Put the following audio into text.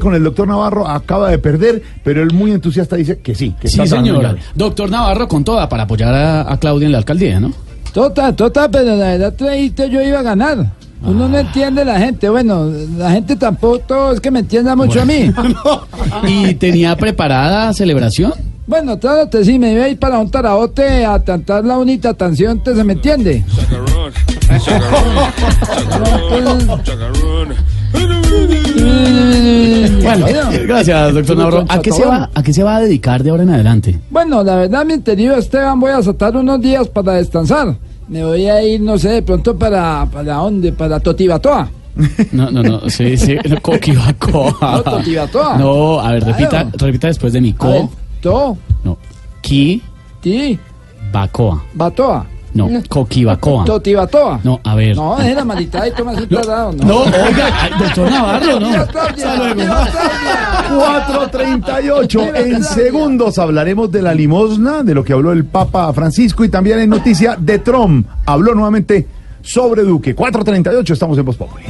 Con el doctor Navarro acaba de perder, pero él muy entusiasta dice que sí, que está Sí, trabajando en señor. llaves. Doctor Navarro con toda para apoyar a, a Claudia en la alcaldía, ¿no? Tota, tota, pero la verdad traíste yo iba a ganar. Uno Ah. no entiende la gente. Bueno, la gente tampoco es que me entienda mucho a mí. ¿Y tenía preparada celebración? Bueno, trátete, si me iba a ir para un tarabote a cantar la bonita canción, ¿te se me entiende? Chacarrón, chacarrón, chacarrón, chacarrón. Bueno, gracias, doctor Navarro. ¿A qué, se va, ¿A qué se va a dedicar de ahora en adelante? Bueno, la verdad, mi querido Esteban, voy a saltar unos días para descansar. Me voy a ir, no sé, de pronto para, ¿para dónde? Para Totibatoa. No, no, no, sí, sí, no, coquibacoa. No, totibacoa. No, a ver, repita, Claro. repita después de mi A ver, co. To, No, ki, ti, bacoa. batoa. No, coquibacoa. Totibatoa. No, eh. a ver. No, es la maldita y toma ese tarado, No, oiga, ay, doctor Navarro, no. Adiós, Claudia. Adiós, Claudia. 438. En segundos hablaremos de la limosna, de lo que habló el Papa Francisco y también en noticia de Trump. Habló nuevamente sobre Duque. 438, estamos en Voz Populi.